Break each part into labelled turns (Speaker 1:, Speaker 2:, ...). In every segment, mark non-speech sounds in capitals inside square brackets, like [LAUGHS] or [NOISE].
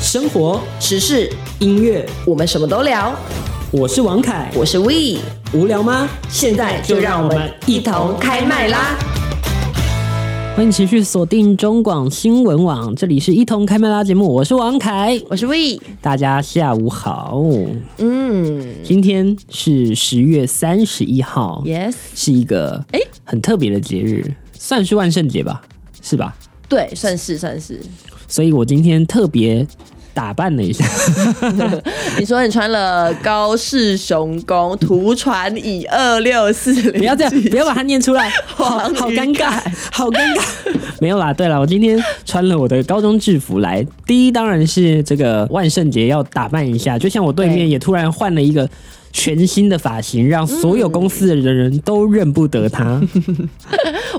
Speaker 1: 生活，
Speaker 2: 时事，
Speaker 1: 音乐，
Speaker 2: 我们什么都聊。
Speaker 1: 我是王凯。
Speaker 2: 我是 We，
Speaker 1: 无聊吗？
Speaker 2: 现在就让我们一同开麦啦！
Speaker 1: 欢迎持续锁定中广新闻网，这里是一同开麦拉节目，我是王凯。
Speaker 2: 我是 We，
Speaker 1: 大家下午好，
Speaker 2: 嗯
Speaker 1: 今天是十月三十一号，
Speaker 2: ，Yes，
Speaker 1: 是一个
Speaker 2: 诶
Speaker 1: 很特别的节日，算是万圣节吧，是吧？
Speaker 2: 对，算是算是。
Speaker 1: 所以我今天特别打扮了一下，
Speaker 2: 你说你穿了高氏雄弓图传乙二六四零，
Speaker 1: 不要
Speaker 2: [LAUGHS]
Speaker 1: 这样，不要把它念出来，好好
Speaker 2: 黄鱼
Speaker 1: 尴尬，好尴
Speaker 2: [LAUGHS]
Speaker 1: 尬。没有啦，对了，我今天穿了我的高中制服来，第一当然是这个万圣节要打扮一下，就像我对面
Speaker 2: 对
Speaker 1: 也突然换了一个。全新的发型，让所有公司的人都认不得
Speaker 2: [LAUGHS]
Speaker 1: 他。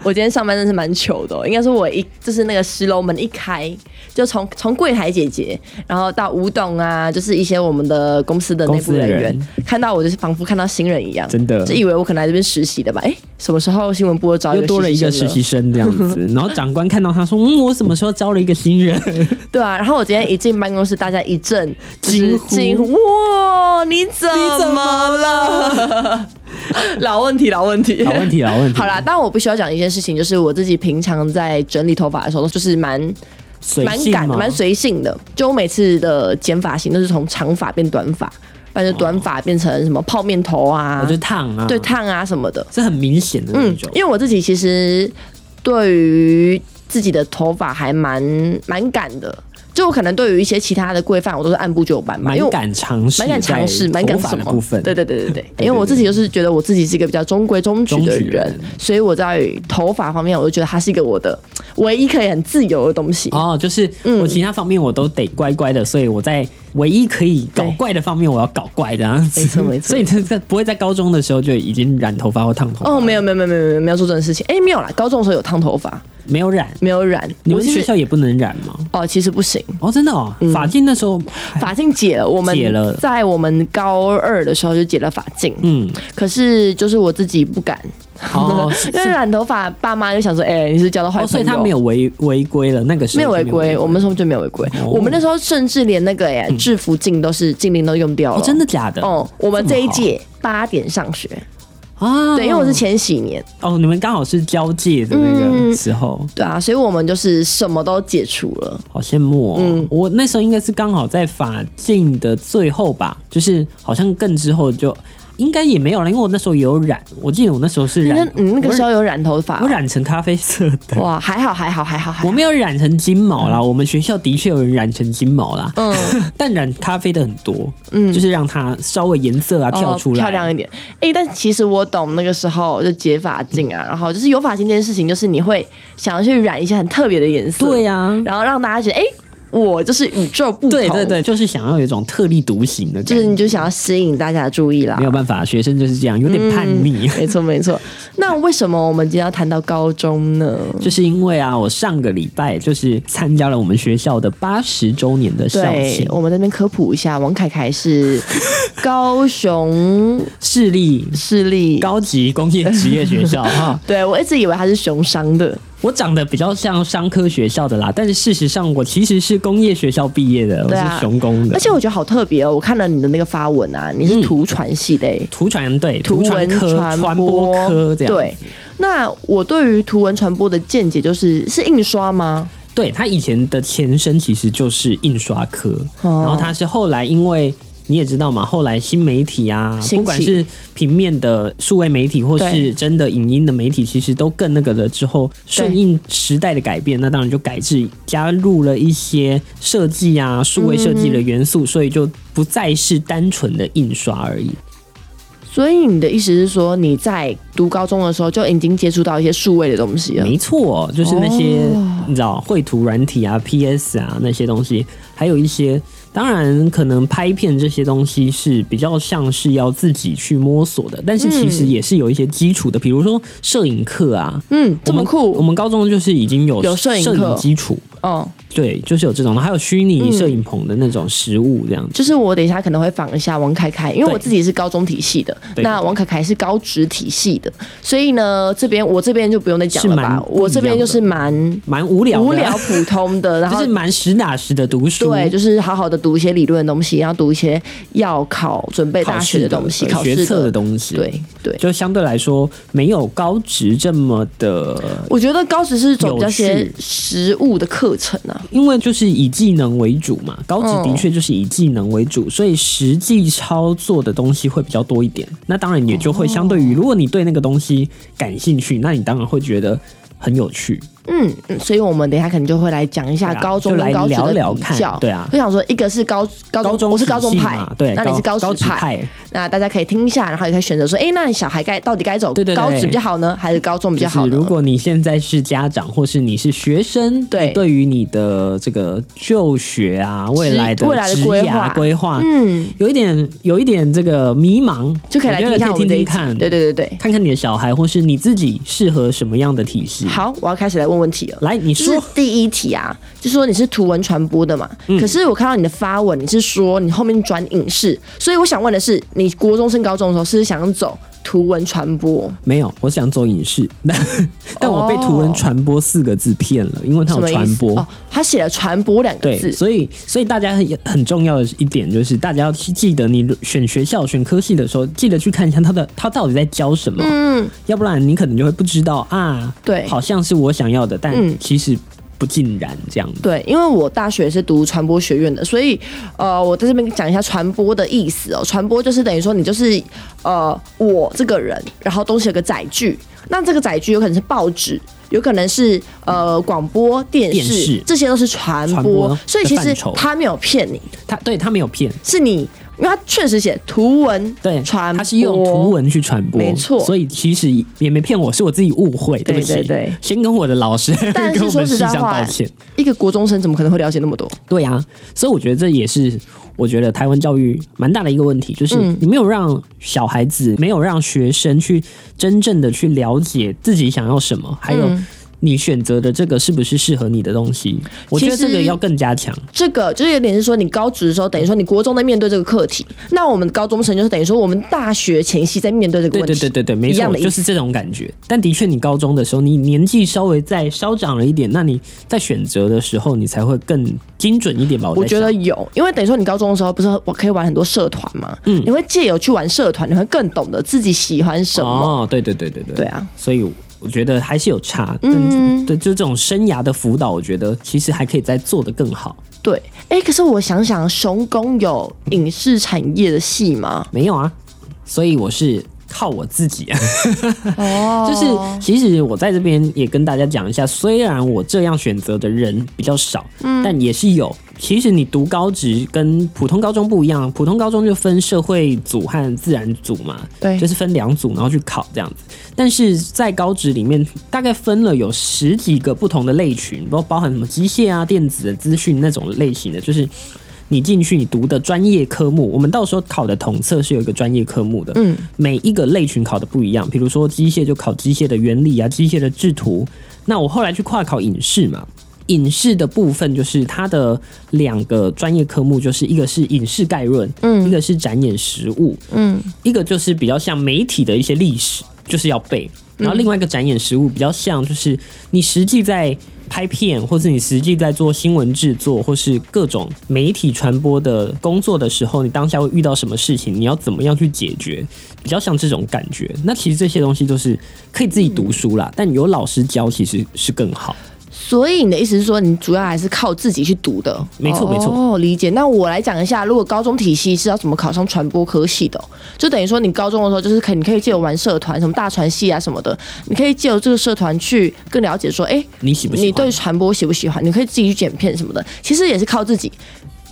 Speaker 2: 我今天上班真是蛮糗的哦、应该说我一就是那个十楼门一开，就从从柜台姐姐，然后到吴董啊，就是一些我们的公司的内部人
Speaker 1: 公司的
Speaker 2: 员，
Speaker 1: 人
Speaker 2: 看到我就是仿佛看到新人一样，
Speaker 1: 真的
Speaker 2: 就以为我可能来这边实习的吧？哎、什么时候新闻部又招
Speaker 1: 又多了一个实
Speaker 2: 生
Speaker 1: 习生这样
Speaker 2: [LAUGHS]
Speaker 1: 子，然后长官看到他说：“嗯，我什么时候招了一个新人？”
Speaker 2: 对啊，然后我今天一进办公室，大家一阵就是
Speaker 1: 惊呼
Speaker 2: 惊呼，哇，你怎么了？ [LAUGHS] 老问题，老问题，
Speaker 1: 老问题，老问题。
Speaker 2: [LAUGHS] 好啦，但我必须要讲一件事情，就是我自己平常在整理头发的时候，就是蛮
Speaker 1: 随
Speaker 2: 蛮
Speaker 1: 性
Speaker 2: 赶、
Speaker 1: 吗
Speaker 2: 蛮随性的。就我每次的剪发型都是从长发变短发，不然就短发变成什么泡面头啊
Speaker 1: 我，就烫啊，
Speaker 2: 对烫啊什么的。
Speaker 1: 是很明显的那
Speaker 2: 嗯
Speaker 1: 种，。
Speaker 2: 因为我自己其实对于自己的头发还蛮蛮赶的，就我可能对于一些其他的规范，我都是按部就班嘛，因
Speaker 1: 蛮
Speaker 2: 为我
Speaker 1: 敢尝试，
Speaker 2: 蛮敢尝试，蛮敢什么
Speaker 1: 的部分，
Speaker 2: 对对对对对，
Speaker 1: 对
Speaker 2: 因为我自己就是觉得我自己是一个比较中规中矩的
Speaker 1: 中矩
Speaker 2: 人，
Speaker 1: 人
Speaker 2: 所以我在头发方面，我就觉得它是一个我的唯一可以很自由的东西。
Speaker 1: 哦，就是
Speaker 2: 嗯
Speaker 1: 我其他方面我都得乖乖的，所以我在唯一可以搞怪的方面，我要搞怪这样子。
Speaker 2: 没错没错
Speaker 1: [LAUGHS] 所以这这不会在高中的时候就已经染头发或烫头发
Speaker 2: 哦，没有没有没有没有没有没有做这种事情，哎，没有啦，高中的时候有烫头发，
Speaker 1: 没有染。
Speaker 2: 没有染，
Speaker 1: 你
Speaker 2: 我
Speaker 1: 们
Speaker 2: 其
Speaker 1: 学
Speaker 2: 实
Speaker 1: 校也不能染吗？
Speaker 2: 哦其实不行，
Speaker 1: 哦，真的哦，
Speaker 2: 嗯
Speaker 1: 法禁那时
Speaker 2: [LAUGHS]
Speaker 1: 候，
Speaker 2: 发镜解了，我们
Speaker 1: 解了
Speaker 2: 在我们高二的时候就解了发镜，
Speaker 1: 嗯，
Speaker 2: 可是就是我自己不敢， [LAUGHS]
Speaker 1: 哦，是
Speaker 2: 因为染头发，爸妈就想说，哎，你是交到坏朋
Speaker 1: 哦，
Speaker 2: 友，
Speaker 1: 所以他没有违违规了，那个时
Speaker 2: 没
Speaker 1: 候
Speaker 2: 有
Speaker 1: 就
Speaker 2: 违规，我们那时候就没有违规。
Speaker 1: 哦嗯
Speaker 2: 我们那时候甚至连那个哎、制服镜都是禁令都用掉
Speaker 1: 哦，
Speaker 2: 了。
Speaker 1: 真的？假的？
Speaker 2: 哦、我们
Speaker 1: 这
Speaker 2: 这
Speaker 1: 么
Speaker 2: 一
Speaker 1: 好
Speaker 2: 届八点上学，
Speaker 1: 啊，
Speaker 2: 对，因为我是千禧年，
Speaker 1: 哦，你们刚好是交界的那个时候，
Speaker 2: 对啊，所以我们就是什么都解除了。
Speaker 1: 好羡慕哦！
Speaker 2: 嗯
Speaker 1: 我那时候应该是刚好在法禁的最后吧，就是好像更之后就应该也没有了，因为我那时候也有染，我记得我那时候是
Speaker 2: 那
Speaker 1: 染，
Speaker 2: 你那个时
Speaker 1: 候
Speaker 2: 候有染头发
Speaker 1: 我？染成咖啡色的。
Speaker 2: 哇，还好，还好，还好，还
Speaker 1: 我
Speaker 2: 好。
Speaker 1: 没有染成金毛啦，我们学校的确有人染成金毛啦， [COUGHS] [LAUGHS]
Speaker 2: 嗯，
Speaker 1: 但染咖啡的很多，
Speaker 2: 嗯
Speaker 1: 就是让它稍微颜色啊跳出
Speaker 2: 哦
Speaker 1: 来，
Speaker 2: 漂亮一点。哎、但其实我懂那个时候就解发镜啊，然后就是有发镜这件事情，就是你会想要去染一些很特别的颜色，
Speaker 1: 对、啊，
Speaker 2: 然后让大家觉得，哎、我就是与众不同，
Speaker 1: 对对对，就是想要有一种特立独行的
Speaker 2: 就
Speaker 1: 感
Speaker 2: 是你
Speaker 1: 觉，
Speaker 2: 就想要吸引大家的注意啦
Speaker 1: 没。有办法，学生就是这样，有点叛逆。
Speaker 2: 没错没错。那为什么我们今天要谈到高中呢？
Speaker 1: 就是因为啊，我上个礼拜就是参加了我们学校的八十周年的校
Speaker 2: 对
Speaker 1: 庆，，
Speaker 2: 我们这边科普一下，王凯凯是
Speaker 1: [LAUGHS]
Speaker 2: 高雄
Speaker 1: 市立
Speaker 2: 市立。
Speaker 1: 高级工业职业学
Speaker 2: [LAUGHS]
Speaker 1: 校哈。
Speaker 2: 对，我一直以为他是熊商的，
Speaker 1: 我长得比较像商科学校的啦，但是事实上我其实是工业学校毕业的，我
Speaker 2: 对啊
Speaker 1: 是雄工的，
Speaker 2: 而且我觉得好特别哦。我看了你的那个发文啊，你是图传系的、欸，
Speaker 1: 嗯图传对
Speaker 2: 图
Speaker 1: 传
Speaker 2: 文
Speaker 1: 科
Speaker 2: 传
Speaker 1: 传播科这样。
Speaker 2: 对，那我对于图文传播的见解就是，是印刷吗？
Speaker 1: 对他以前的前身其实就是印刷科，
Speaker 2: 哦
Speaker 1: 然后他是后来因为。你也知道嘛，后来新媒体啊，
Speaker 2: 兴起
Speaker 1: 不管是平面的数位媒体，或
Speaker 2: 对
Speaker 1: 是真的影音的媒体，其实都更那个了。之后顺应时代的改变，那当然就改制加入了一些设计啊、数位设计的元素，所以就不再是单纯的印刷而已。
Speaker 2: 所以你的意思是说，你在读高中的时候就已经接触到一些数位的东西了？
Speaker 1: 没错，就是那些、
Speaker 2: 哦
Speaker 1: 你知道绘图软体啊、PS 啊那些东西，还有一些，当然可能拍片这些东西是比较像是要自己去摸索的，但是其
Speaker 2: 嗯
Speaker 1: 实也是有一些基础的，比如说摄影课啊，
Speaker 2: 嗯，这么
Speaker 1: 我们我
Speaker 2: 酷
Speaker 1: 们高中就是已经有
Speaker 2: 有摄影
Speaker 1: 摄
Speaker 2: 课嗯
Speaker 1: 影基础，
Speaker 2: 哦，
Speaker 1: 对，就是有这种，还有虚拟摄影棚的那种实物这样子。
Speaker 2: 就是我等一下可能会仿一下王凯凯，因为
Speaker 1: 对
Speaker 2: 我自己是高中体系的，
Speaker 1: 对
Speaker 2: 那王凯凯是高职体系的，所以呢，这边我这边就不用再讲了
Speaker 1: 是蛮不
Speaker 2: 吧，
Speaker 1: 一样的
Speaker 2: 我这边就是蛮
Speaker 1: 蛮无聊的，啊
Speaker 2: 无聊普
Speaker 1: [LAUGHS]
Speaker 2: 通的，然
Speaker 1: 就
Speaker 2: 后
Speaker 1: 是蛮实打实的读书，
Speaker 2: 对，就是好好的读一些理论的东西，然后读一些要考准备大
Speaker 1: 考
Speaker 2: 学
Speaker 1: 试
Speaker 2: 的东西，
Speaker 1: 对
Speaker 2: 考
Speaker 1: 学
Speaker 2: 试
Speaker 1: 测的东西，
Speaker 2: 对，对。
Speaker 1: 就相对来说没有高职这么的，
Speaker 2: 我觉得高职是走比较
Speaker 1: 有
Speaker 2: 些
Speaker 1: 趣
Speaker 2: 实物的课程啊，
Speaker 1: 因为就是以技能为主嘛，高职的确就是以技能为主，所以实际操作的东西会比较多一点。那当然也就会相对
Speaker 2: 哦
Speaker 1: 于，如果你对那个东西感兴趣，那你当然会觉得很有趣。
Speaker 2: 嗯，嗯所以我们等一下可能就会来讲一下
Speaker 1: 对啊
Speaker 2: 高中
Speaker 1: 就
Speaker 2: 跟
Speaker 1: 来
Speaker 2: 高职
Speaker 1: 聊
Speaker 2: 的
Speaker 1: 聊
Speaker 2: 比
Speaker 1: 看
Speaker 2: 较。
Speaker 1: 对啊
Speaker 2: 就想说一个是高高中，
Speaker 1: 高中
Speaker 2: 我是高中
Speaker 1: 体系
Speaker 2: 派
Speaker 1: 嘛，对，
Speaker 2: 那你是
Speaker 1: 高
Speaker 2: 职
Speaker 1: 职派，
Speaker 2: 那大家可以听一下，然后也可以选择说，哎、那你小孩该到底该走
Speaker 1: 对对对
Speaker 2: 高职比较好呢，还是高中比
Speaker 1: 就
Speaker 2: 较好
Speaker 1: 是
Speaker 2: 呢？
Speaker 1: 如果你现在是家长，或是你是学生，
Speaker 2: 对
Speaker 1: 对于你的这个就学啊，未来的
Speaker 2: 未来的
Speaker 1: 职
Speaker 2: 规划
Speaker 1: 涯规划，
Speaker 2: 嗯，
Speaker 1: 有一点有一点这个迷茫，
Speaker 2: 就可以来
Speaker 1: 我
Speaker 2: 听
Speaker 1: 觉得
Speaker 2: 一下
Speaker 1: 可
Speaker 2: 我
Speaker 1: 以
Speaker 2: 们
Speaker 1: 听
Speaker 2: 这一
Speaker 1: 听
Speaker 2: 集。
Speaker 1: 看，
Speaker 2: 对对对对，
Speaker 1: 看看你的小孩或是你自己适合什么样的体系。
Speaker 2: 好，我要开始来问问题了。
Speaker 1: 来你
Speaker 2: 就是
Speaker 1: 说，嗯
Speaker 2: 第一题啊，就说你是图文传播的嘛，可是我看到你的发文，你是说你后面转影视，所以我想问的是，你国中升高中的时候是想走图文传播，
Speaker 1: 没有，我想走影视， [LAUGHS] 但我被图文传播四个字骗了，因为它
Speaker 2: 哦什
Speaker 1: 有
Speaker 2: 么意
Speaker 1: 传
Speaker 2: 思？
Speaker 1: 播
Speaker 2: 哦。，他写了传播两个
Speaker 1: 对，
Speaker 2: 字，
Speaker 1: 所以所以大家很很重要的一点就是，大家要去记得你选学校、选科系的时候，记得去看一下它的它到底在教什么，
Speaker 2: 嗯，
Speaker 1: 要不然你可能就会不知道啊。
Speaker 2: 对
Speaker 1: 好像是我想要的，但
Speaker 2: 嗯
Speaker 1: 其实不尽然这样。
Speaker 2: 对，因为我大学是读传播学院的，所以呃，我在这边讲一下传播的意思哦。传播就是等于说你就是呃我这个人，然后东西有个载具，那这个载具有可能是报纸。有可能是呃广播电视
Speaker 1: 电视
Speaker 2: 这些都是传播，
Speaker 1: 传播
Speaker 2: 所以其
Speaker 1: 的
Speaker 2: 实
Speaker 1: 范畴
Speaker 2: 他没有骗你，
Speaker 1: 他对他没有骗，
Speaker 2: 是你，因为他确实写图文
Speaker 1: 对，
Speaker 2: 传播，
Speaker 1: 他是用图文去传播，
Speaker 2: 没错
Speaker 1: 所以其实也没骗我，是我自己误会，
Speaker 2: 对
Speaker 1: 对不起，
Speaker 2: 对对
Speaker 1: 先跟我的老师
Speaker 2: 但
Speaker 1: [LAUGHS]
Speaker 2: 是
Speaker 1: 跟我
Speaker 2: 说
Speaker 1: 们
Speaker 2: 实
Speaker 1: 师
Speaker 2: 在
Speaker 1: 长
Speaker 2: 话
Speaker 1: 道歉。
Speaker 2: 一个国中生怎么可能会了解那么多？
Speaker 1: 对啊，所以我觉得这也是我觉得台湾教育蛮大的一个问题，就是
Speaker 2: 嗯
Speaker 1: 你没有让小孩子，没有让学生去真正的去了解自己想要什么，还有
Speaker 2: 嗯
Speaker 1: 你选择的这个是不是适合你的东西。我觉得这
Speaker 2: 其
Speaker 1: 个
Speaker 2: 实
Speaker 1: 要更加强。
Speaker 2: 这个就是有点是说，你高职的时候，等于说你国中在面对这个课题，那我们高中生就是等于说我们大学前夕在面对这个
Speaker 1: 对
Speaker 2: 问
Speaker 1: 对
Speaker 2: 题。
Speaker 1: 对对对，没
Speaker 2: 一样
Speaker 1: 错，
Speaker 2: 的意思
Speaker 1: 就是这种感觉。但的确，你高中的时候，你年纪稍微再稍长了一点，那你在选择的时候，你才会更精准一点吧。
Speaker 2: 我
Speaker 1: 在
Speaker 2: 觉
Speaker 1: 想
Speaker 2: 得有，因为等于说你高中的时候不是我可以玩很多社团嘛，你会借由去玩社团，你会更懂得自己喜欢什么。
Speaker 1: 哦，对对对对对，
Speaker 2: 对啊，
Speaker 1: 所以我觉得还是有差。嗯，对，就这种生涯的辅导，我觉得其实还可以再做得更好。
Speaker 2: 对，哎、可是我想想，熊工有影视产业的戏吗？
Speaker 1: 没有啊，所以我是靠我自己。
Speaker 2: 哦，
Speaker 1: 就是其实我在这边也跟大家讲一下，虽然我这样选择的人比较少，
Speaker 2: 嗯
Speaker 1: 但也是有。其实你读高职跟普通高中不一样，普通高中就分社会组和自然组嘛，
Speaker 2: 对
Speaker 1: 就是分两组，然后去考这样子。但是在高职里面，大概分了有十几个不同的类群，包包含什么机械啊、电子的资讯那种类型的，就是。你进去，你读的专业科目，我们到时候考的统测是有一个专业科目的，
Speaker 2: 嗯，
Speaker 1: 每一个类群考的不一样。比如说机械就考机械的原理啊，机械的制图。那我后来去跨考影视嘛，影视的部分就是它的两个专业科目，就是一个是影视概论，嗯，一个是展演实物，
Speaker 2: 嗯，
Speaker 1: 一个就是比较像媒体的一些历史，就是要背。然后另外一个展演实物比较像，就是你实际在拍片，或是你实际在做新闻制作，或是各种媒体传播的工作的时候，你当下会遇到什么事情，你要怎么样去解决，比较像这种感觉。那其实这些东西都是可以自己读书啦，但有老师教其实是更好。
Speaker 2: 所以你的意思是说，你主要还是靠自己去读的？
Speaker 1: 没错没错
Speaker 2: 哦，理解。那我来讲一下，如果高中体系是要怎么考上传播科系的哦、就等于说你高中的时候，就是可以你可以借由玩社团，什么大传系啊什么的，你可以借由这个社团去更了解说，哎、
Speaker 1: 你喜不喜欢？
Speaker 2: 你对传播喜不喜欢？你可以自己去剪片什么的，其实也是靠自己。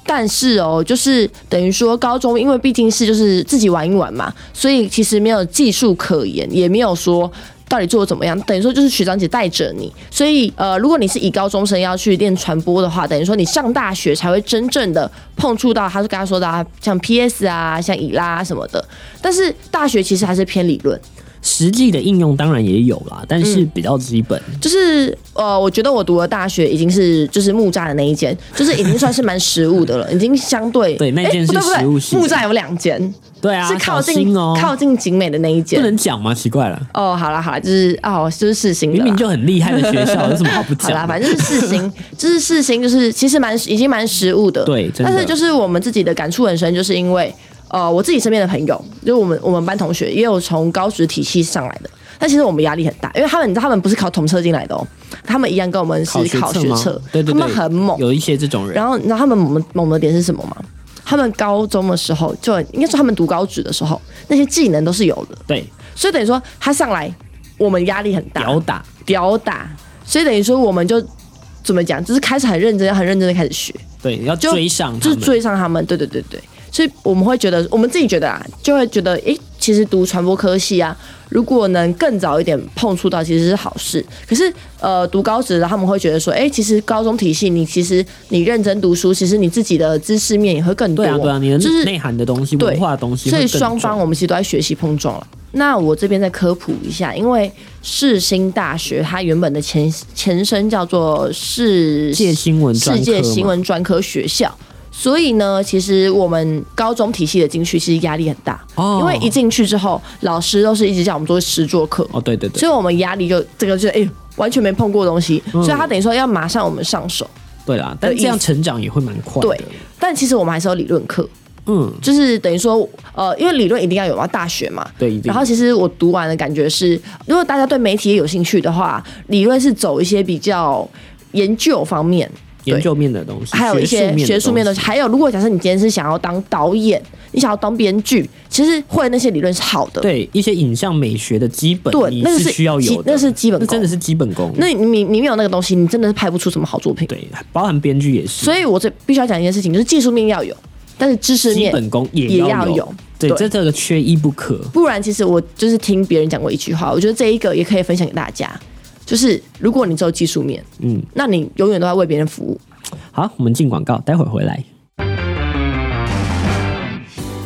Speaker 2: 但是哦，就是等于说高中，因为毕竟是就是自己玩一玩嘛，所以其实没有技术可言，也没有说到底做的怎么样。等于说就是学长姐带着你，所以呃，如果你是以高中生要去练传播的话，等于说你上大学才会真正的碰触到，他是刚刚说的、啊、像 PS 啊、像以拉啊什么的。但是大学其实还是偏理论，
Speaker 1: 实际的应用当然也有啦，但是比较哦基 [LAUGHS] 本。
Speaker 2: 就是呃，我觉得我读的大学已经是就是木栅的那一间， [LAUGHS] 就是已经算是蛮实务的了，已经相对
Speaker 1: 对那
Speaker 2: 诶
Speaker 1: 间是
Speaker 2: 不对不对
Speaker 1: 实务系
Speaker 2: 木栅有两间，
Speaker 1: 对啊，
Speaker 2: 是靠
Speaker 1: 小
Speaker 2: 近、
Speaker 1: 心哦，
Speaker 2: 靠近景美的那一
Speaker 1: 不
Speaker 2: 间。
Speaker 1: 能讲吗？奇怪了，
Speaker 2: 哦，好啦好啦，就是哦，就是世新的啦
Speaker 1: 明明就很厉害的学校，有什么好不
Speaker 2: [LAUGHS] 好啦，
Speaker 1: 讲的？
Speaker 2: 反正就是世
Speaker 1: [LAUGHS]
Speaker 2: 新，就是世新，就是其实蛮已经蛮实务的。
Speaker 1: 对真的
Speaker 2: 但是就是我们自己的感触很深，就是因为呃，我自己身边的朋友，就是我们我们班同学，也有从高职体系上来的。但其实我们压力很大，因为他们你知道他们不是考统测进来的哦，他们一样跟我们是
Speaker 1: 考学
Speaker 2: 考
Speaker 1: 测
Speaker 2: 学
Speaker 1: 吗
Speaker 2: 测，
Speaker 1: 对对对，
Speaker 2: 他们很猛。
Speaker 1: 有一些这种人，
Speaker 2: 然后你知道他们猛的猛的点是什么吗？他们高中的时候就应该说他们读高职的时候，那些技能都是有的，
Speaker 1: 对，
Speaker 2: 所以等于说他上来，我们压力很大，
Speaker 1: 屌打，
Speaker 2: 吊打，所以等于说我们就怎么讲，就是开始很认真，很认真的开始学，
Speaker 1: 对，要
Speaker 2: 就
Speaker 1: 追上嗯他
Speaker 2: 就是
Speaker 1: 们，
Speaker 2: 追上他们。对对对对，所以我们会觉得，我们自己觉得啊，就会觉得，诶，其实读传播科系啊，如果能更早一点碰触到，其实是好事。可是呃，读高职的他们会觉得说，诶，其实高中体系你其实你认真读书，其实你自己的知识面也会更多。
Speaker 1: 对啊，对啊，你的
Speaker 2: 就是
Speaker 1: 内涵的东西、
Speaker 2: 对
Speaker 1: 文化的东西会
Speaker 2: 所以
Speaker 1: 更重，
Speaker 2: 双方我们其实都在学习碰撞了。那我这边再科普一下，因为世新大学它原本的前前身叫做世
Speaker 1: 界新闻专
Speaker 2: 世
Speaker 1: 科
Speaker 2: 界新
Speaker 1: 嘛
Speaker 2: 闻专科学校，所以呢，其实我们高中体系的进去其实压力很大，
Speaker 1: 哦，
Speaker 2: 因为一进去之后，老师都是一直叫我们做实作课，
Speaker 1: 哦，对对对
Speaker 2: 所以我们压力就这个就是哎、完全没碰过的东西，
Speaker 1: 嗯
Speaker 2: 所以他等于说要马上我们上手，
Speaker 1: 对啦，但
Speaker 2: 的意
Speaker 1: 这样成长也会蛮快的，
Speaker 2: 对但其实我们还是有理论课，
Speaker 1: 嗯，
Speaker 2: 就是等于说呃，因为理论一定要有嘛，大学嘛，
Speaker 1: 对，一定
Speaker 2: 然后其实我读完的感觉是，如果大家对媒体也有兴趣的话，理论是走一些比较研究方面，
Speaker 1: 研究面的东西，
Speaker 2: 还有一些学术面的
Speaker 1: 的
Speaker 2: 东西。还有，如果假设你今天是想要当导演，你想要当编剧，其实会那些理论是好
Speaker 1: 西，
Speaker 2: 的。
Speaker 1: 对一些影像美学的基本，
Speaker 2: 对
Speaker 1: 你
Speaker 2: 那个是
Speaker 1: 需要
Speaker 2: 基
Speaker 1: 有的，
Speaker 2: 那是基本
Speaker 1: 那真的
Speaker 2: 功
Speaker 1: 是基本功，
Speaker 2: 那你你你没有那个东西，你真的是拍不出什么好作品。
Speaker 1: 对，包含编剧也是，
Speaker 2: 所以我这必须要讲一件事情，就是技术面要有，但是知识
Speaker 1: 基
Speaker 2: 面
Speaker 1: 本功也
Speaker 2: 也要
Speaker 1: 有，
Speaker 2: 有。
Speaker 1: 对，
Speaker 2: 对
Speaker 1: 这这个缺一不可，
Speaker 2: 不然，其实我就是听别人讲过一句话，我觉得这一个也可以分享给大家，就是如果你只有技术面，
Speaker 1: 嗯，
Speaker 2: 那你永远都在为别人服务。
Speaker 1: 好，我们进广告，待会儿回来。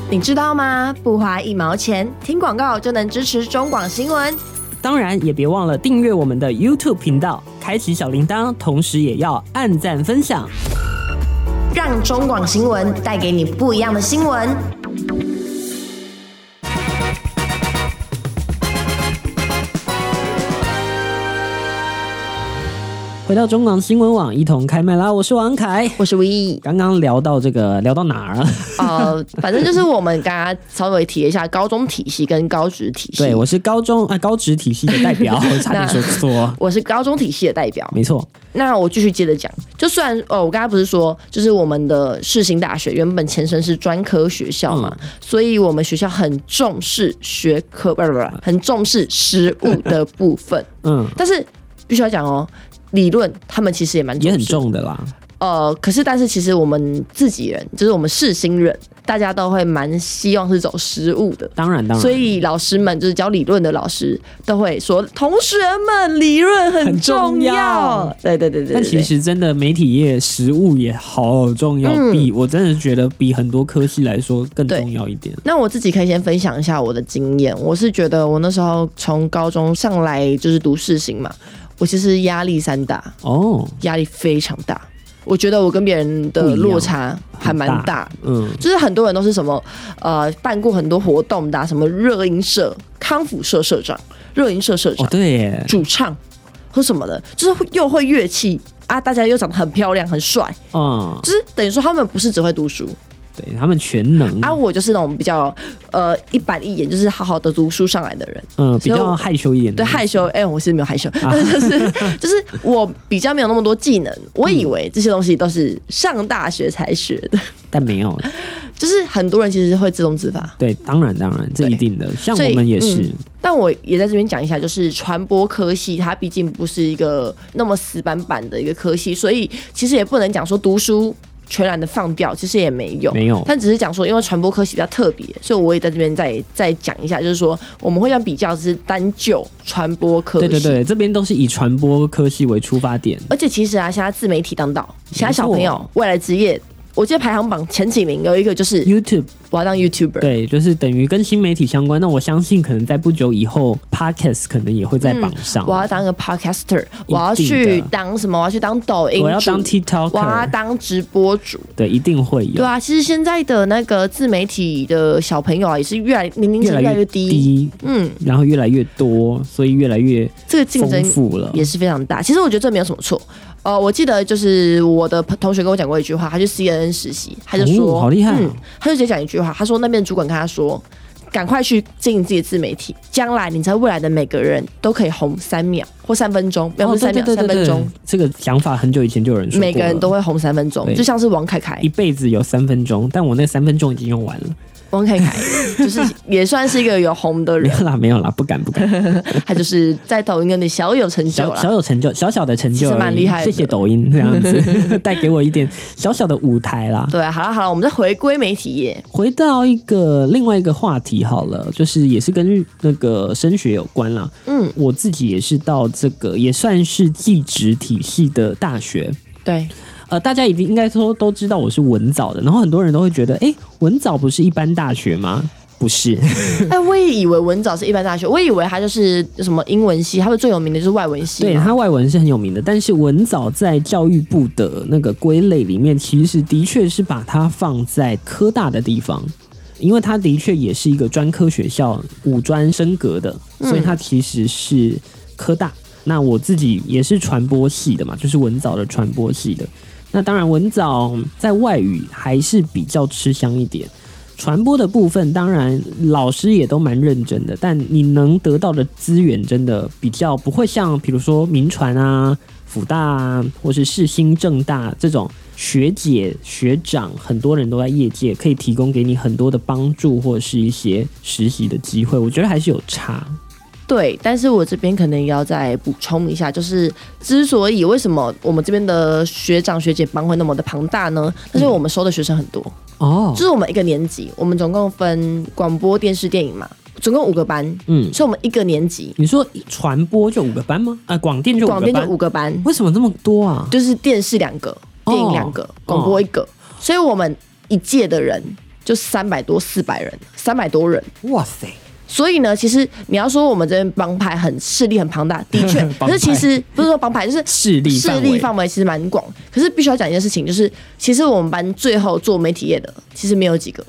Speaker 2: 你知道吗？不花一毛钱，听广告就能支持中广新闻。
Speaker 1: 当然也别忘了订阅我们的 YouTube 频道，开启小铃铛，同时也要按赞分享。
Speaker 2: 让中广新闻带给你不一样的新闻。
Speaker 1: 回到中港新闻网，一同开麦啦！我是王凯。
Speaker 2: 我是 V，E
Speaker 1: 刚刚聊到这个，聊到哪儿了？
Speaker 2: 呃，反正就是我们刚刚稍微提了一下高中体系跟高职体系。
Speaker 1: 对，我是高中啊高职体系的代
Speaker 2: [LAUGHS]
Speaker 1: 表，差点说错。
Speaker 2: 我是高中体系的代表。
Speaker 1: 没错，
Speaker 2: 那我继续接着讲，就虽然哦，我刚才不是说，就是我们的世新大学原本前身是专科学校嘛，所以我们学校很重视学科，不不不，很重视实务的部分。
Speaker 1: [LAUGHS] 嗯，
Speaker 2: 但是必须要讲哦，理论他们其实也蛮
Speaker 1: 也很
Speaker 2: 视
Speaker 1: 重的啦。
Speaker 2: 呃，可是但是其实我们自己人，就是我们世新人，大家都会蛮希望是走实务的。
Speaker 1: 当然，当然，
Speaker 2: 所以老师们就是教理论的老师都会说，同学们理论很
Speaker 1: 很
Speaker 2: 重
Speaker 1: 重
Speaker 2: 要。
Speaker 1: 要
Speaker 2: 对对对对对
Speaker 1: 但其实真的媒体业实务也好重要，
Speaker 2: 嗯
Speaker 1: 比我真的觉得比很多科系来说更
Speaker 2: 对
Speaker 1: 重要一点。
Speaker 2: 那我自己可以先分享一下我的经验。我是觉得我那时候从高中上来就是读世新嘛，我其实压力山大，
Speaker 1: 哦，
Speaker 2: 压力非常大。我觉得我跟别人
Speaker 1: 不一
Speaker 2: 的
Speaker 1: 样
Speaker 2: 落差还蛮
Speaker 1: 很
Speaker 2: 大
Speaker 1: 嗯，
Speaker 2: 就是很多人都是什么呃办过很多活动的啊、什么热音社、康复社社长、热音社社长、
Speaker 1: 哦，对耶，
Speaker 2: 主唱或什么的，就是会又会乐器啊，大家又长得很漂亮、很帅，
Speaker 1: 嗯，
Speaker 2: 就是等于说他们不是只会读书
Speaker 1: 对他们全能，
Speaker 2: 啊，我就是那种比较呃一板一眼，就是好好的读书上来的人。
Speaker 1: 嗯，比
Speaker 2: 所以我
Speaker 1: 较害羞一点的
Speaker 2: 对
Speaker 1: 人，
Speaker 2: 害羞，哎、我是没有害羞，但是就是就是我比较没有那么多技能，我以为这些东西都是上大学才学的，
Speaker 1: 但没有，
Speaker 2: 就是很多人其实会自动自发，
Speaker 1: 对，当然当然，这
Speaker 2: 对
Speaker 1: 一定的，像
Speaker 2: 所以嗯
Speaker 1: 我们也是，
Speaker 2: 但我也在这边讲一下，就是传播科系，它毕竟不是一个那么死板板的一个科系，所以其实也不能讲说读书全然的放掉，其实也没有。
Speaker 1: 没有
Speaker 2: 但只是讲说，因为传播科系比较特别，所以我也在这边再再讲一下，就是说我们会想比较是单就传播科系。
Speaker 1: 对对对，这边都是以传播科系为出发点，
Speaker 2: 而且其实啊，现在自媒体当道，现在小朋友未来职业我记得排行榜前几名有一个就是
Speaker 1: ，YouTube
Speaker 2: 我要当 YouTuber，
Speaker 1: 对，就是等于跟新媒体相关。那我相信可能在不久以后，Podcast 可能也会在榜上。
Speaker 2: 我要当个 podcaster，我要去当什么？我要去当抖音主，
Speaker 1: 我要当 TikToker
Speaker 2: 我要当直播主。
Speaker 1: 对，一定会有。
Speaker 2: 对啊，其实现在的那个自媒体的小朋友啊，也是越来年龄层越来越低，
Speaker 1: 低
Speaker 2: 嗯，
Speaker 1: 然后越来越多，所以越来越
Speaker 2: 这个竞
Speaker 1: 丰
Speaker 2: 争
Speaker 1: 富了。
Speaker 2: 也是非常大。其实我觉得这没有什么错。呃，我记得就是我的同学跟我讲过一句话，他去 CNN 实习，他就说，
Speaker 1: 哦好厉害啊
Speaker 2: 嗯，他就直接讲一句话，他说那边主管跟他说，赶快去经营自己的自媒体，将来你在未来的每个人都可以红三秒或三分钟，没有不
Speaker 1: 哦
Speaker 2: 是三秒，
Speaker 1: 对对
Speaker 2: 三
Speaker 1: 对
Speaker 2: 分
Speaker 1: 对
Speaker 2: 钟，
Speaker 1: 这个想法很久以前就有人说过了，
Speaker 2: 每个人都会红三分钟，
Speaker 1: [LAUGHS] 对
Speaker 2: 就像是王凯凯
Speaker 1: 一，辈子有三分钟，但我那三分钟已经用完
Speaker 2: [LAUGHS]
Speaker 1: 了。
Speaker 2: 王凯凯就是也算是一个有红的
Speaker 1: 没
Speaker 2: 人，
Speaker 1: 有啦，没有啦，不敢不
Speaker 2: [LAUGHS]
Speaker 1: 敢，
Speaker 2: 他就是在抖音跟你小有成就
Speaker 1: 小
Speaker 2: 啦。
Speaker 1: 小有成就，小小的成就
Speaker 2: 其
Speaker 1: 而已，
Speaker 2: 实蛮厉害
Speaker 1: 谢
Speaker 2: 的
Speaker 1: 谢抖音这样
Speaker 2: [LAUGHS]
Speaker 1: 子， [LAUGHS] 带给我一点小小的舞台啦。
Speaker 2: 对啊，好了好了，我们再回归媒体业，
Speaker 1: 回到一个另外一个话题好了，就是也是跟那个升学有关啦。
Speaker 2: 嗯，
Speaker 1: 我自己也是到这个也算是技职体系的大学，
Speaker 2: 对，
Speaker 1: 呃，大家已经应该说都知道我是文藻的，然后很多人都会觉得，哎，文藻不是一般大学吗？不是，
Speaker 2: 哎，我也以为文藻是一般大学，我以为它就是什么英文系，他们最有名的就是外文系
Speaker 1: 对，
Speaker 2: 嘛。
Speaker 1: 它外文是很有名的，但是文藻在教育部的那个归类里面，其实的确是把它放在科大的地方，因为它的确也是一个专科学校，五专升格的，所以
Speaker 2: 嗯
Speaker 1: 它其实是科大。那我自己也是传播系的嘛，就是文藻的传播系的。那当然，文藻在外语还是比较吃香一点。传播的部分，当然老师也都蛮认真的，但你能得到的资源真的比较不会像，比如说民传啊、辅大啊，或是世新、正大这种学姐学长，很多人都在业界可以提供给你很多的帮助或是一些实习的机会，我觉得还是有差。
Speaker 2: 对，但是我这边可能也要再补充一下，就是之所以为什么我们这边的学长学姐帮会那么的庞大呢？那是我们收的学生很多，
Speaker 1: 哦
Speaker 2: 就，是我们一个年级，我们总共分广播电视电影嘛，总共五个班，
Speaker 1: 嗯，
Speaker 2: 所以我们一个年级
Speaker 1: 你说传播就五个班吗？啊、广电就五
Speaker 2: 广
Speaker 1: 个
Speaker 2: 电就
Speaker 1: 班，
Speaker 2: 五个班，
Speaker 1: 为什么这么多啊？
Speaker 2: 就是电视两个，
Speaker 1: 哦
Speaker 2: 电影两个，广播一个，所以我们一届的人就三百多、四百人，三百多人。
Speaker 1: 哇塞，
Speaker 2: 所以呢，其实你要说我们这边帮派很势力很庞大，
Speaker 1: [LAUGHS]，
Speaker 2: 的确
Speaker 1: 帮派
Speaker 2: 可是其实不是说帮派，就是
Speaker 1: 势力
Speaker 2: 势
Speaker 1: 范
Speaker 2: 力
Speaker 1: 围
Speaker 2: 范围其实蛮广。可是必须要讲一件事情，就是其实我们班最后做媒体业的其实没有几个，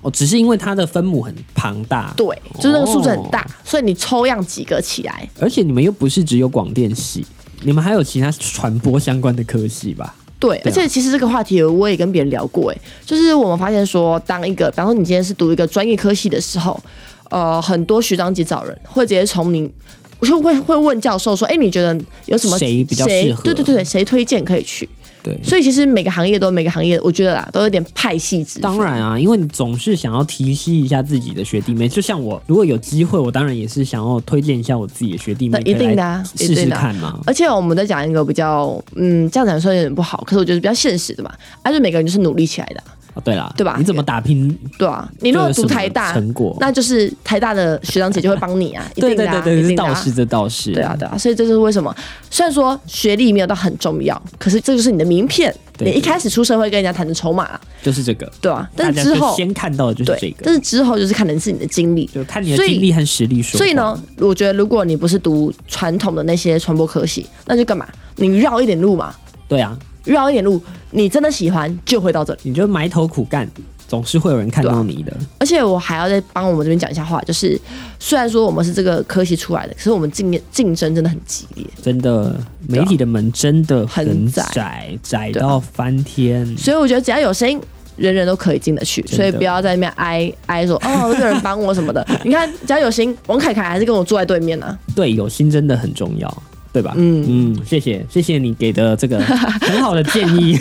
Speaker 1: 哦，只是因为它的分母很庞大，
Speaker 2: 对，就是那个数字很大，
Speaker 1: 哦
Speaker 2: 所以你抽样几个起来，
Speaker 1: 而且你们又不是只有广电系，你们还有其他传播相关的科系吧？
Speaker 2: 对，
Speaker 1: 啊
Speaker 2: 而且其实这个话题我也跟别人聊过、欸，就是我们发现说，当一个，比方说你今天是读一个专业科系的时候，呃，很多学长姐找人会直接从你，我就会会问教授说，哎、你觉得有什么
Speaker 1: 谁比较
Speaker 2: 谁
Speaker 1: 适合
Speaker 2: 对对对，谁推荐可以去？
Speaker 1: 对
Speaker 2: 所以其实每个行业都有每个行业，我觉得啦，都有点派系之分。
Speaker 1: 当然啊，因为你总是想要提携一下自己的学弟妹，就像我，如果有机会，我当然也是想要推荐一下我自己的学弟妹，
Speaker 2: 对一定的啊
Speaker 1: 可以来试
Speaker 2: 一
Speaker 1: 试
Speaker 2: 定的啊
Speaker 1: 看嘛。
Speaker 2: 而且我们在讲一个比较，嗯，这样讲说有点不好，可是我觉得比较现实的嘛，而且每个人就是努力起来的啊，
Speaker 1: 哦，对啦，
Speaker 2: 对吧
Speaker 1: 你怎么打拼？
Speaker 2: 对啊，你如果
Speaker 1: 这是
Speaker 2: 读
Speaker 1: 什么
Speaker 2: 台大
Speaker 1: 成果
Speaker 2: 那就是台大的学长姐就会帮你啊，一
Speaker 1: 对
Speaker 2: 定
Speaker 1: 对
Speaker 2: 的、啊，
Speaker 1: 对对，
Speaker 2: 一
Speaker 1: 这
Speaker 2: 定的、
Speaker 1: 倒
Speaker 2: 啊
Speaker 1: 是，这倒是。
Speaker 2: 对啊，对啊，所以这就是为什么，虽然说学历没有到很重要，可是这就是你的名片，
Speaker 1: 对
Speaker 2: 你一开始出社会跟人家谈的筹码啊，
Speaker 1: 就是这个。
Speaker 2: 对啊，
Speaker 1: 大
Speaker 2: 但
Speaker 1: 家
Speaker 2: 是之
Speaker 1: 就
Speaker 2: 后
Speaker 1: 先看到的就是这
Speaker 2: 对，
Speaker 1: 个，
Speaker 2: 但是之后就是看的是你的经历。
Speaker 1: 就看你的
Speaker 2: 所以
Speaker 1: 经历和实力说话。
Speaker 2: 所以呢，我觉得如果你不是读传统的那些传播科系，那就干嘛？你绕一点路嘛，
Speaker 1: 对啊，
Speaker 2: 绕一点路，你真的喜欢就会到这里。
Speaker 1: 你就埋头苦干，总是会有人看
Speaker 2: 对
Speaker 1: 到
Speaker 2: 啊
Speaker 1: 你的。
Speaker 2: 而且我还要再帮我们这边讲一下话，就是虽然说我们是这个科系出来的，可是我们竞竞争真的很激烈，
Speaker 1: 真的，媒体的门真的很
Speaker 2: 很窄
Speaker 1: 窄，窄
Speaker 2: 对啊
Speaker 1: 到翻天。
Speaker 2: 所以我觉得只要有声音。人人都可以进得去，
Speaker 1: 的
Speaker 2: 所以不要在那边挨挨说哦，这个人帮我什
Speaker 1: [LAUGHS]
Speaker 2: 么的。你看，只要有心，王凯凯还是跟我坐在对面啊呢、
Speaker 1: 对，有心真的很重要，对吧？
Speaker 2: 嗯
Speaker 1: 嗯，谢谢谢谢你给的这个 [LAUGHS] 很好的建
Speaker 2: [LAUGHS]
Speaker 1: 议。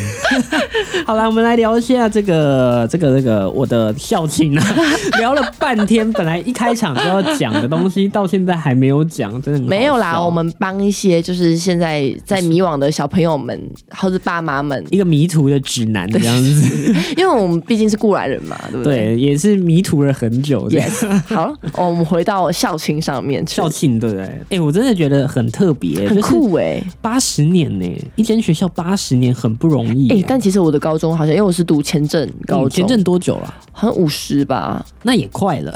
Speaker 1: 好啦，我们来聊一下这个这个这个我的校庆啊， [LAUGHS] 聊了半天，本来一开场就要讲的东西，到现在还没有讲，真的很好
Speaker 2: 没有啦，
Speaker 1: 笑
Speaker 2: 我们帮一些就是现在在迷惘的小朋友们或者爸妈们，
Speaker 1: 一个迷途的指南这样子，
Speaker 2: 因为我们毕竟是过来人嘛，对不 [LAUGHS] 对哦
Speaker 1: 对，也是迷途了很久这样。
Speaker 2: ？Yes，好，我们回到校庆上面去
Speaker 1: 校。庆对不对？哎、我真的觉得很特别、耶，
Speaker 2: 很酷哎、
Speaker 1: 八十年呢、一间学校八十年很不容易耶、
Speaker 2: 哎、但其实我的高中好像，因为我是读前镇高
Speaker 1: 你嗯
Speaker 2: 中，
Speaker 1: 前阵多久了？
Speaker 2: 好像五十吧，
Speaker 1: 那也快了，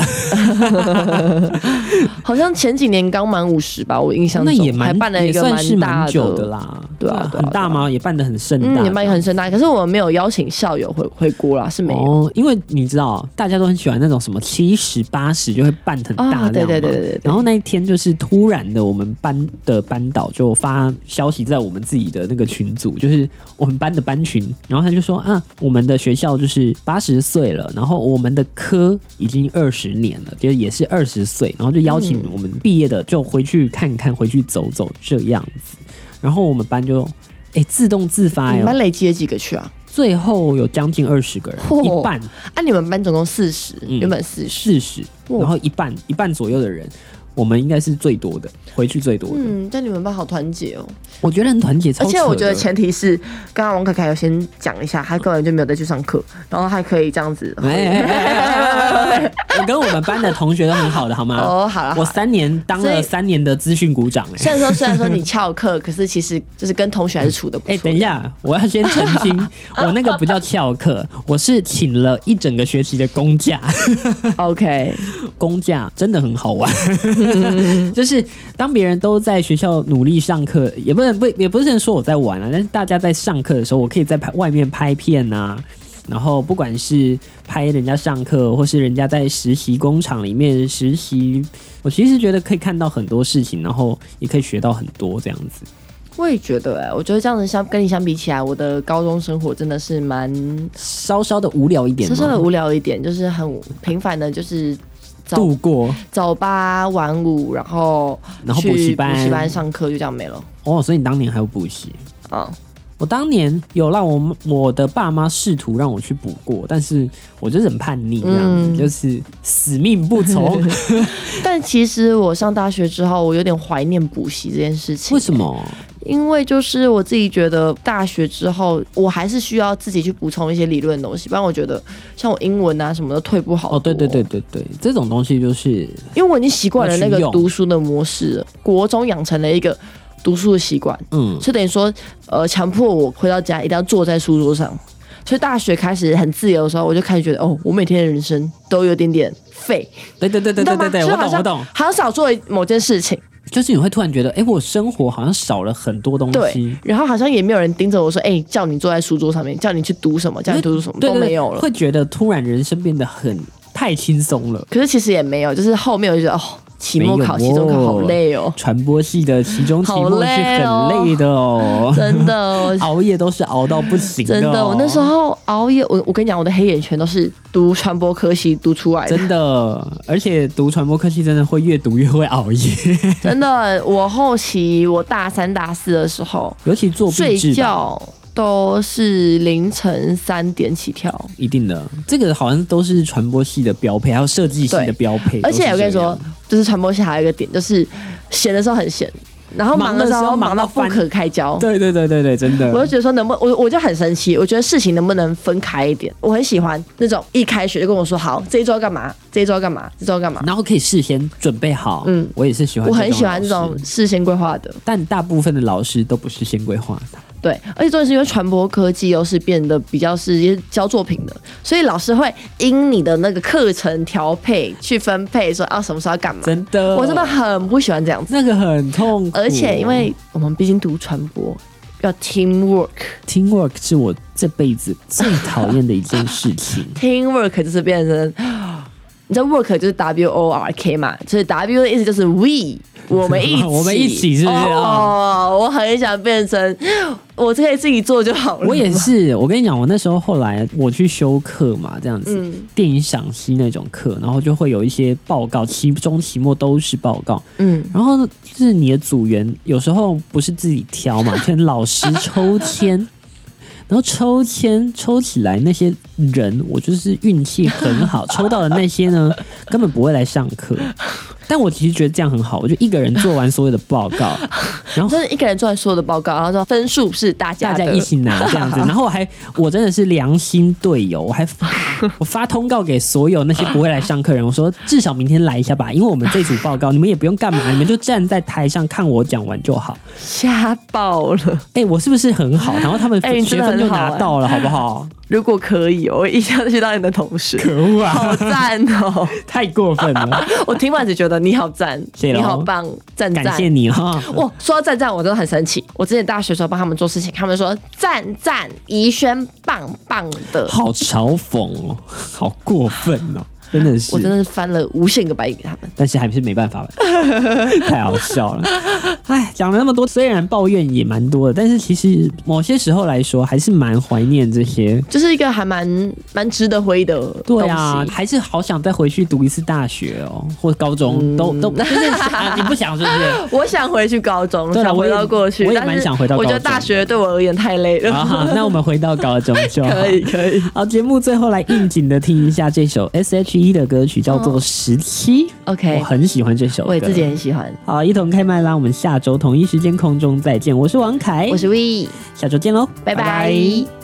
Speaker 2: 好像前几年刚满五十吧，我印象
Speaker 1: 哦那
Speaker 2: 中
Speaker 1: 也
Speaker 2: 还
Speaker 1: 蛮
Speaker 2: 办了一
Speaker 1: 也
Speaker 2: 个
Speaker 1: 算是
Speaker 2: 大
Speaker 1: 蛮久的啦。
Speaker 2: 对啊对啊
Speaker 1: 很大吗？也办得很盛大，
Speaker 2: 嗯，也蛮很盛大。可是我们没有邀请校友回回国啦，是没有。
Speaker 1: 哦，因为你知道，大家都很喜欢那种什么七十八十就会办很大量嘛、
Speaker 2: 啊对对对对对对
Speaker 1: 然后那一天就是突然的，我们班的班导就发消息在我们自己的那个群组，就是我们班的班群，然后他就说啊，我们的学校就是八十岁了，然后我们的科已经二十年了，就是也是二十岁，然后就邀请我们毕业的就回去看看，回去走走这样子。然后我们班就哎、自动自发
Speaker 2: 你
Speaker 1: 哎、
Speaker 2: 们班累积了几个去啊？
Speaker 1: 最后有将近二十个人，
Speaker 2: 嚯
Speaker 1: 一半。
Speaker 2: 啊，你们班总共四十、
Speaker 1: 嗯
Speaker 2: 原本四十。
Speaker 1: 四十，
Speaker 2: 哇
Speaker 1: 然后一半一半左右的人，我们应该是最多的，回去最多的。
Speaker 2: 嗯，但你们班好团结哦。
Speaker 1: 我觉得很团结，超
Speaker 2: 而且
Speaker 1: 扯
Speaker 2: 我
Speaker 1: 的
Speaker 2: 觉得前提是，刚刚王凯凯有先讲一下，他根本就没有再去上课，然后还可以这样子。
Speaker 1: 哎哎哎哎
Speaker 2: [LAUGHS]
Speaker 1: 哎哎我跟我们班的同学都很好的，好吗？
Speaker 2: 哦，好了，好
Speaker 1: 我
Speaker 2: 啦
Speaker 1: 三年当
Speaker 2: 所
Speaker 1: 了
Speaker 2: 以
Speaker 1: 三年的资讯股长、哎
Speaker 2: 虽然说虽然说你翘课，可是其实就是跟同学还是处的不
Speaker 1: 哎、 [LAUGHS]
Speaker 2: 错。
Speaker 1: 等一下，我要先澄
Speaker 2: [LAUGHS]
Speaker 1: 清，我那个不叫翘课，我是请了一整个学期的公假。哎
Speaker 2: OK，
Speaker 1: 公假真的很好玩， [LAUGHS] 就是当别人都在学校努力上课，也不能不也不是说我在玩啊，但是大家在上课的时候，我可以在拍外面拍片啊，然后不管是拍人家上课，或是人家在实习工厂里面实习，我其实觉得可以看到很多事情，然后也可以学到很多这样子。
Speaker 2: 我也觉得哎、我觉得这样子相跟你相比起来，我的高中生活真的是蛮
Speaker 1: 稍稍的无聊一点
Speaker 2: 稍
Speaker 1: 吗，
Speaker 2: 稍的无聊一点，就是很平凡的，就是早
Speaker 1: 度过
Speaker 2: 早八晚五，然后
Speaker 1: 然后
Speaker 2: 去
Speaker 1: 补习班
Speaker 2: 补习班上课，就这样没了。
Speaker 1: 哦，所以你当年还有补习。
Speaker 2: 啊、
Speaker 1: 我当年有让我妈我的爸妈试图让我去补过，但是我就是很叛逆，这样子、
Speaker 2: 嗯
Speaker 1: 就是死命不从。
Speaker 2: [LAUGHS] 但其实我上大学之后，我有点怀念补习这件事情。
Speaker 1: 为什？
Speaker 2: [LAUGHS]
Speaker 1: 么？
Speaker 2: 因为就是我自己觉得大学之后，我还是需要自己去补充一些理论的东西，不然我觉得像我英文啊什么的退步好多
Speaker 1: 哦，对对对，对对，这种东西就是
Speaker 2: 因为我已经习惯了那
Speaker 1: 要
Speaker 2: 个
Speaker 1: 去用
Speaker 2: 读书的模式了，国中养成了一个读书的习惯，
Speaker 1: 嗯，
Speaker 2: 所以等于说，呃，强迫我回到家一定要坐在书桌上。所以大学开始很自由的时候，我就开始觉得，哦，我每天的人生都有点点废，
Speaker 1: 对对对对对对对，
Speaker 2: 你
Speaker 1: 我懂
Speaker 2: 知道吗所以
Speaker 1: 我
Speaker 2: 好像
Speaker 1: 懂，
Speaker 2: 好像少做某件事情，
Speaker 1: 就是你会突然觉得，哎、我生活好像少了很多东
Speaker 2: 对
Speaker 1: 西。，
Speaker 2: 然后好像也没有人盯着我说，哎、叫你坐在书桌上面，叫你去读什么，叫你读什么
Speaker 1: 对
Speaker 2: 都
Speaker 1: 对对
Speaker 2: 没有了。
Speaker 1: 会觉得突然人生变得很太轻松了。
Speaker 2: 可是其实也没有，就是后面我就觉得，哦，期末考、
Speaker 1: 没有
Speaker 2: 期
Speaker 1: 哦
Speaker 2: 中考好累
Speaker 1: [LAUGHS]
Speaker 2: 哦，
Speaker 1: 传播系的期中、期
Speaker 2: 好
Speaker 1: 末是
Speaker 2: 累哦
Speaker 1: 很累的哦，。
Speaker 2: [LAUGHS] 真的哦
Speaker 1: 熬夜都是熬到不行
Speaker 2: 真
Speaker 1: 的、哦。
Speaker 2: 的，我那时候熬夜，我我跟你讲，我的黑眼圈都是读传播科系读出来的，
Speaker 1: 真的，而且读传播科系真的会越读越会熬夜， [LAUGHS]
Speaker 2: 真的。我后期我大三大四的时候
Speaker 1: 尤其作
Speaker 2: 睡
Speaker 1: 弊制吧，
Speaker 2: 觉都是凌晨三点起跳，
Speaker 1: 一定的，这个好像都是传播系的标配，还有设计系的
Speaker 2: 对
Speaker 1: 标配。
Speaker 2: 而且
Speaker 1: 都
Speaker 2: 我
Speaker 1: 是
Speaker 2: 跟你
Speaker 1: 这样
Speaker 2: 说，，就是传播系还有一个点，就是闲的时候很闲，然后忙
Speaker 1: 忙的
Speaker 2: 的时
Speaker 1: 时
Speaker 2: 候
Speaker 1: 候
Speaker 2: 忙
Speaker 1: 忙
Speaker 2: 到
Speaker 1: 到
Speaker 2: 不
Speaker 1: 翻
Speaker 2: 可开交。
Speaker 1: 对对对对对，真的，
Speaker 2: 我就觉得说，能不我我就很生气，我觉得事情能不能分开一点？我很喜欢那种一开学就跟我说，好，这一周要干嘛，这一周要干嘛，这一周要干嘛。
Speaker 1: 然后可以事先准备好。
Speaker 2: 嗯
Speaker 1: 嗯，我也是喜欢，
Speaker 2: 我很喜欢这种，事先规划的，
Speaker 1: 但大部分的老师都不是先规划的。
Speaker 2: 对，而且重点是因为传播科技又是变得比较是一些教作品的，所以老师会因你的那个课程调配去分配，说啊什么时候要干嘛。
Speaker 1: 真的，
Speaker 2: 我真的很不喜欢这样子。
Speaker 1: 那个很痛苦，
Speaker 2: 而且
Speaker 1: [LAUGHS]
Speaker 2: 因为
Speaker 1: 啊
Speaker 2: 我们毕竟读传播，要 teamwork。
Speaker 1: teamwork 是我这辈子最讨厌的一件事情。
Speaker 2: teamwork 就是变成， [GASPS] 你知道 work 就是 W O R K 嘛，所以 W 的意思就是 we，我们一起，
Speaker 1: [LAUGHS] 我们一起是不是
Speaker 2: 哦，我很想变成， [GASPS] 我可以自己做就好
Speaker 1: [LAUGHS]
Speaker 2: 了。
Speaker 1: 我也
Speaker 2: [LAUGHS]
Speaker 1: 是，我跟你讲，我那时候后来我去修课嘛，这样子，
Speaker 2: 嗯
Speaker 1: 电影赏析那种课，然后就会有一些报告，期中、期末都是报告。
Speaker 2: 嗯，
Speaker 1: 然后就是你的组员有时候不是自己挑嘛，可能老师抽签， [LAUGHS] 然后抽签抽起来那些人，我就是运气很 [LAUGHS] 好，抽到的那些呢根本不会来上课。但我其实觉得这样很好，我就一个人做完所有的报告，然后
Speaker 2: 真的一个人做完所有的报告，然后说分数是大家
Speaker 1: 大
Speaker 2: 的
Speaker 1: 家一起拿这样
Speaker 2: [LAUGHS]
Speaker 1: 子，然后我还我真的是良心队友，我还我发 [LAUGHS] 通告给所有那些不会来上课人，我说至少明天来一下吧，因为我们这组报告你们也不用干嘛，你们就站在台上看我讲完就好。
Speaker 2: 瞎爆了。
Speaker 1: 哎、我是不是很好？然后他们
Speaker 2: 哎你真
Speaker 1: 学
Speaker 2: 的
Speaker 1: 分
Speaker 2: 很
Speaker 1: 就
Speaker 2: 好
Speaker 1: 拿
Speaker 2: 哎
Speaker 1: 到了，好不好？
Speaker 2: 如果可以哦，我一下子去当你的同
Speaker 1: [LAUGHS]
Speaker 2: 事，
Speaker 1: 恶啊！
Speaker 2: 好赞哦！
Speaker 1: 太过分
Speaker 2: [LAUGHS]
Speaker 1: 了，
Speaker 2: 我听完只觉得你好赞，
Speaker 1: 谢咯
Speaker 2: 你好棒，赞赞。
Speaker 1: 感谢你哈、
Speaker 2: [LAUGHS] 哇，哦说到赞赞，我真的很生气。我之前大学的时候帮他们做事情，他们说赞赞宜轩棒棒的，
Speaker 1: 好嘲讽哦，好过分哦，真的是，
Speaker 2: 我真的是翻了无限个白眼给他们。
Speaker 1: 但是还是没办法了， [LAUGHS] 太好笑了。哎，讲了那么多，虽然抱怨也蛮多的，但是其实某些时候来说，还是蛮怀念这些。
Speaker 2: 就是一个还蛮蛮值得回忆的东西。
Speaker 1: 对啊，还是好想再回去读一次大学哦，或高
Speaker 2: 嗯
Speaker 1: 中，都都就是啊，你不想是不
Speaker 2: [LAUGHS]
Speaker 1: 是？
Speaker 2: 我想回去高中，
Speaker 1: 对啦
Speaker 2: 想
Speaker 1: 我
Speaker 2: 回
Speaker 1: 也
Speaker 2: 到过去，
Speaker 1: 我也
Speaker 2: 但是
Speaker 1: 蛮想回到
Speaker 2: 我觉得
Speaker 1: 高中
Speaker 2: 大学对我而言太累了。
Speaker 1: 啊好，那我们回到高中就好。
Speaker 2: 可以可以，
Speaker 1: 好，节目最后来应景的听一下这首 S.H.E 的歌曲，叫做《十七》。
Speaker 2: 嗯 OK
Speaker 1: 我很喜欢这首歌。
Speaker 2: 我也自己很喜欢。
Speaker 1: 好，一同开麦啦！我们下周同一时间空中再见。我是王凯，
Speaker 2: 我是 We，
Speaker 1: 下周见喽，
Speaker 2: 拜拜